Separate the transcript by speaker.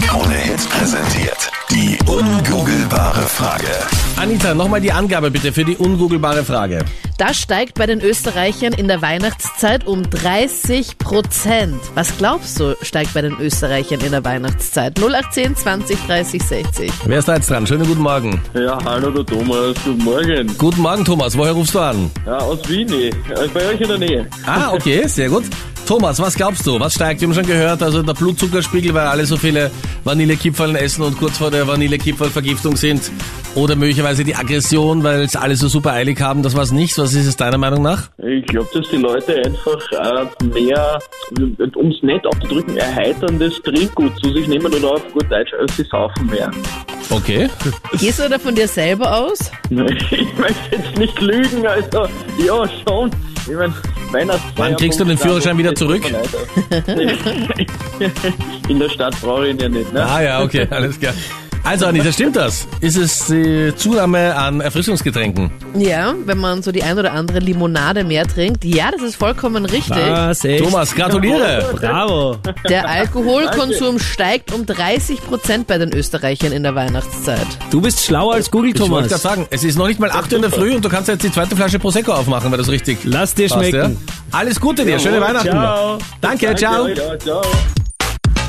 Speaker 1: Hit präsentiert. Die ungoogelbare Frage.
Speaker 2: Anita, nochmal die Angabe bitte für die ungoogelbare Frage.
Speaker 3: Das steigt bei den Österreichern in der Weihnachtszeit um 30 Prozent. Was glaubst du, steigt bei den Österreichern in der Weihnachtszeit? 0810 20 30 60.
Speaker 2: Wer ist da jetzt dran? Schönen guten Morgen.
Speaker 4: Ja, hallo der Thomas, guten Morgen.
Speaker 2: Guten Morgen, Thomas. Woher rufst du an?
Speaker 4: Ja, aus Wien, eh. Also bei euch in der Nähe.
Speaker 2: Ah, okay, sehr gut. Thomas, was glaubst du? Was steigt? Wir haben schon gehört, also der Blutzuckerspiegel, weil alle so viele Vanillekipferl essen und kurz vor der Vanillekipferlvergiftung sind. Oder möglicherweise die Aggression, weil es alle so super eilig haben. Das war's nichts. Was ist es deiner Meinung nach?
Speaker 4: Ich glaube, dass die Leute einfach äh, mehr, um es nett auszudrücken, erheiterndes Trinkgut zu sich nehmen oder auf gut Deutsch, als sie saufen mehr.
Speaker 2: Okay.
Speaker 3: Gehst du da von dir selber aus?
Speaker 4: Ich möchte jetzt nicht lügen, also ja, schon. Ich mein, Weihnachtsfeier
Speaker 2: Wann kriegst du den Führerschein wieder zurück?
Speaker 4: In der Stadt brauche ich ihn ja nicht, ne?
Speaker 2: Ah ja, okay, alles klar. Also Anita, stimmt das? Ist es die Zunahme an Erfrischungsgetränken?
Speaker 3: Ja, wenn man so die ein oder andere Limonade mehr trinkt. Ja, das ist vollkommen richtig.
Speaker 2: Ah,
Speaker 5: Was, echt?
Speaker 2: Thomas, gratuliere!
Speaker 5: äh, Bravo.
Speaker 3: Der Alkoholkonsum steigt um 30 Prozent bei den Österreichern in der Weihnachtszeit.
Speaker 5: Du bist schlauer als Google,
Speaker 2: Ich wollte gerade
Speaker 5: Thomas.
Speaker 2: sagen, es ist noch nicht mal 8 Uhr in der Früh und du kannst jetzt die zweite Flasche Prosecco aufmachen, weil das richtig
Speaker 5: Lass dir
Speaker 2: passt, ja?
Speaker 5: schmecken.
Speaker 2: Alles Gute dir, schöne Weihnachten.
Speaker 5: Ciao.
Speaker 2: Danke, ciao.
Speaker 4: Danke, ja, ciao.